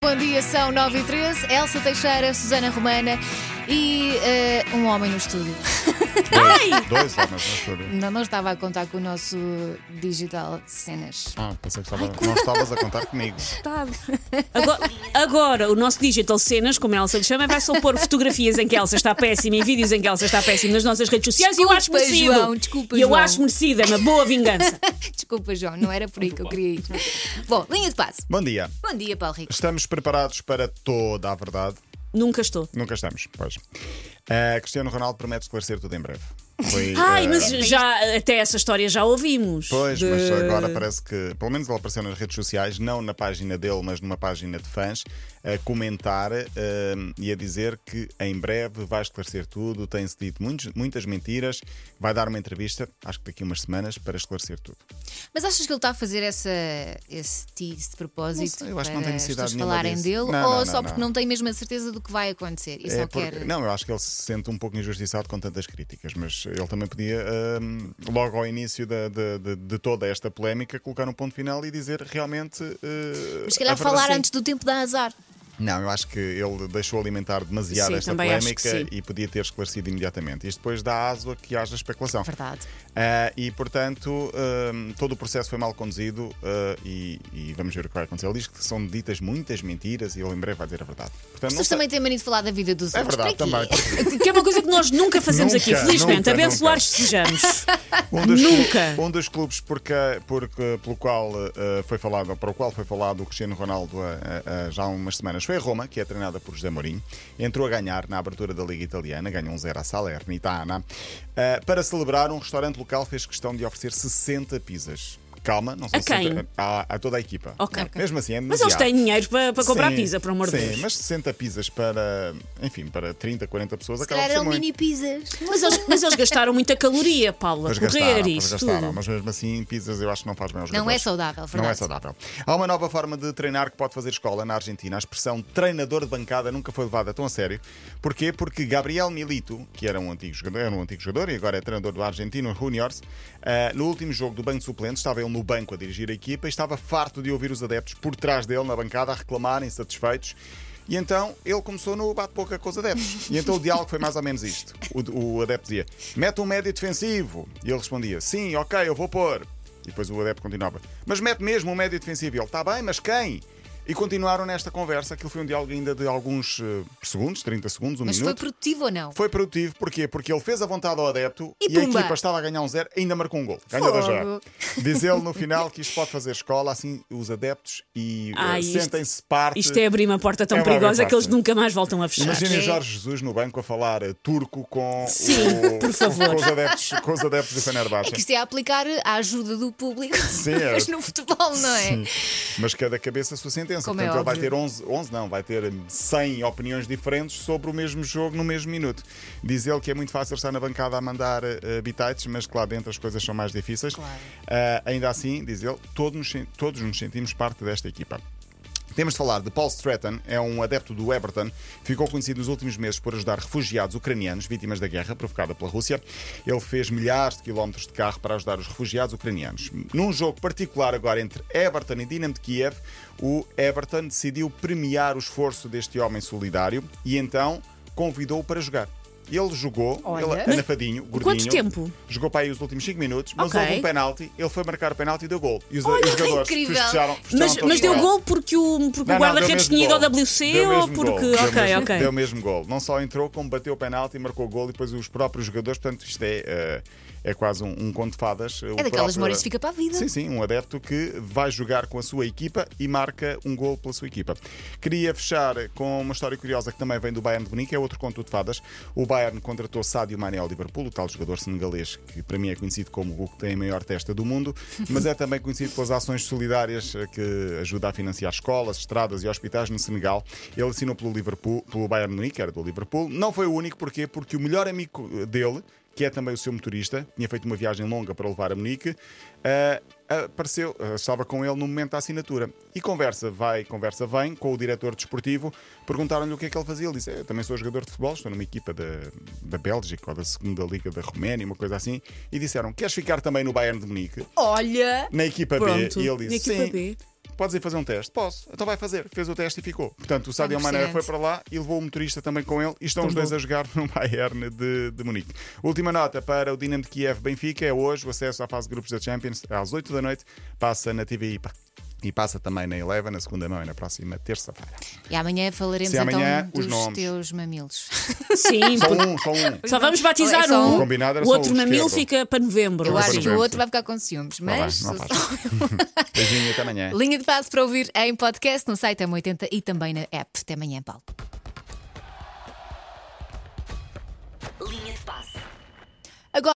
bom dia, são 9 e 13 Elsa Teixeira, Susana Romana e eh, um homem no estúdio. Dois, dois homens é, na história. Não, não estava a contar com o nosso digital de cenas. Ah, pensei que estava, não estavas a contar comigo. Agora, agora, o nosso Digital Cenas, como a Elsa lhe chama, vai só pôr fotografias em que a Elsa está péssima e vídeos em que a Elsa está péssima nas nossas redes sociais e eu acho Desculpa, merecido. João, desculpa, e eu João. acho merecida, é uma boa vingança. Desculpa, João, não era por aí que eu queria ir. Bom, linha de passo. Bom dia. Bom dia, Paulo Rico. Estamos preparados para toda a verdade. Nunca estou. Nunca estamos, pois. Ah, Cristiano Ronaldo promete esclarecer tudo em breve. Foi, Ai, ah, mas já até essa história já ouvimos. Pois, De- mas agora parece que, pelo menos ele apareceu nas redes sociais, não na página dele, mas numa página de fãs, a comentar eh, e a dizer que em breve vai esclarecer tudo, tem-se dito muitos- muitas mentiras, vai dar uma entrevista, acho que daqui a umas semanas, para esclarecer tudo. Mas achas que ele está a fazer essa, esse tease de propósito? Não sei, eu acho que para não tem as necessidade pessoas nenhuma falarem disso. dele? Não, ou não, só não, porque não. não tem mesmo a certeza do que vai acontecer e É só porque- quer. Não, eu acho que ele se sente um pouco injustiçado com tantas críticas, mas ele também podia, hum, logo ao início da- da- de, de toda esta polémica, colocar um ponto final e dizer realmente. eh, Mas se calhar a verdade- falar Sim. antes do tempo dá azar. Não, eu acho que ele deixou alimentar demasiado Sim, esta também acho que polémica sim. e podia ter esclarecido imediatamente. Isto depois dá aso a que haja especulação. Verdade. Ah, e, portanto, hum, todo o processo foi mal conduzido ah, e, e vamos ver o que vai acontecer. Ele diz que são ditas muitas mentiras e ele em breve vai dizer a verdade. Portanto, As não pessoas sei- também têm mania de falar da vida dos É outros. verdade, Para quê? também. porque Que é uma coisa que nós nunca fazemos Nunca, aqui, felizmente. nunca, Abençoados nunca. sejamos. Um dos, Ah, Nunca. Um dos clubes porque, porque, pelo qual, eh, foi falado, para o qual foi falado o Cristiano Ronaldo eh, eh, já há umas semanas foi a Roma, que é treinada por José Mourinho. Entrou a ganhar na abertura da Liga Italiana, ganhou um 0 à Salernitana. Eh, para celebrar, um restaurante local fez questão de oferecer 60 pizzas. Calma, não são A quem? 60, a, a toda a equipa. Ok. Ok. Mesmo assim, é Mas eles demasiado. têm dinheiro para, para comprar Sim, pizza, por amor de sim, Deus. mas 60 pizzas para, enfim, para 30, 40 pessoas Se acaba calhar de é ser eram muito. mini pizzas. Mas eles, mas eles gastaram muita caloria, Paula, Mas a correr gastaram, e mas isso gastaram, tudo. mas mesmo assim pizzas eu acho que não faz bem aos Não jogadores. é saudável, Não é verdade. saudável. Há uma nova forma de treinar que pode fazer escola na Argentina. A expressão treinador de bancada nunca foi levada tão a sério. Porquê? Porque Gabriel Milito, que era um antigo jogador, era um antigo jogador e agora é treinador do Argentino Juniors, ah, no último jogo do banco de suplentes estava ele no banco a dirigir a equipa e estava farto de ouvir os adeptos por trás dele na bancada a reclamarem satisfeitos. E então ele começou no bate-boca com os adeptos. E então o diálogo foi mais ou menos isto. O, o adepto dizia: mete um médio defensivo. E ele respondia: sim, ok, eu vou pôr. E depois o adepto continuava: mas mete mesmo um médio defensivo. E ele: está bem, mas quem? E continuaram nesta conversa. Aquilo foi um diálogo ainda de alguns eh, segundos, 30 segundos, um Mas foi minuto. produtivo ou não? Foi produtivo, porquê? Porque ele fez a vontade ao adepto E e, a pumba! equipa estava a ganhar um zero, ainda marcou um gol. Ganhou da Fogo! já. Diz ele no final que isto pode fazer escola, assim os adeptos e eh, Ai, isto- sentem-se parte. Isto é abrir uma porta tão É uma perigosa abertura. que eles nunca mais voltam a fechar. Imaginem Ok. Jorge Jesus no banco a falar eh, turco com, Sim, o- por favor. com os adeptos, com os adeptos do É Fenerbahçe. que isto é a aplicar a ajuda do público Sim, é. mas no futebol, não é? Sim. Mas cada cabeça a sua sentença. Como Portanto, é ele vai óbvio. ter 11, 11, não, vai ter 100 opiniões diferentes sobre o mesmo jogo no mesmo minuto. Diz ele que é muito fácil estar na bancada a mandar eh, bitites, mas que lá dentro as coisas são mais difíceis. Claro. Ah, ainda assim, diz ele, todos nos, sen- todos nos sentimos parte desta equipa. Temos de falar de Paul Stratton, é um adepto do Everton, ficou conhecido nos últimos meses por ajudar refugiados ucranianos vítimas da guerra provocada pela Rússia. Ele fez milhares de quilómetros de carro para ajudar os refugiados ucranianos. Num jogo particular agora entre Everton e Dinamo de Kiev, o Everton decidiu premiar o esforço deste homem solidário e então convidou-o para jogar. Ele jogou, Olha. ele, anafadinho, gordinho. quanto tempo? Jogou para aí os últimos 5 minutos, mas Ok. houve um penalti, ele foi marcar o penalti e deu gol. E os, Olha, os jogadores incrível. festejaram, festejaram Mas, todos mas deu com ele. gol porque o, porque Não, o não, deu guarda-redes mesmo tinha ido ao gol. WC Deu ou mesmo porque. gol. Deu ok, mesmo- ok. Deu mesmo gol. Não só entrou, como bateu o penalti, marcou o gol e depois os próprios jogadores. Portanto, isto é, eh, é quase um, um conto de fadas. É daquelas memórias que fica para a vida. Sim, sim, um adepto que vai jogar com a sua equipa e marca um gol pela sua equipa. Queria fechar com uma história curiosa que também vem do Bayern de Munique, é outro conto de fadas. O Bayern contratou Sadio Mané ao Liverpool, o tal jogador senegalês que para mim é conhecido como o que tem a maior testa do mundo, mas é também conhecido pelas ações solidárias eh, que ajuda a financiar escolas, estradas e hospitais no Senegal. Ele assinou pelo Liverpool, pelo Bayern de Munique, era do Liverpool. Não foi o único, porquê? Porque o melhor amigo dele que é também o seu motorista, tinha feito uma viagem longa para levar a Munique, ah, apareceu, ah, estava com ele no momento da assinatura. E conversa vai, conversa vem, com o diretor desportivo, perguntaram-lhe o que é que ele fazia. Ele disse: Eu também sou jogador de futebol, estou numa equipa da, da Bélgica ou da segunda Liga da Roménia, uma coisa assim. E disseram: Queres ficar também no Bayern de Munique? Olha! Na equipa Pronto, B. E ele na disse: equipa Sim. B. Podes ir fazer um teste? Posso. Então vai fazer. Fez o teste e ficou. Portanto, o Sadio Mané Impressionante. foi para lá e levou o motorista também com ele e estão os dois a jogar no Bayern de, de Munique. Última nota para o Dinamo de Kiev Benfica é hoje o acesso à fase de grupos da Champions às 8 da noite. Passa na TVI e passa também na Eleven, na segunda mão e na próxima terça-feira. E amanhã falaremos Se amanhã, então dos os nomes. teus mamilos. Sim, Só porque- um, só um. só vamos batizar Só um. um. Combinado era O só outro o mamilo esquerdo. fica para novembro. Eu acho Vamos que ver, o outro sim. vai ficar com ciúmes, Não vai, mas. não faz. Beijinho, até amanhã. Linha de passo para ouvir em podcast no site M80 e também na app. Até amanhã, Paulo.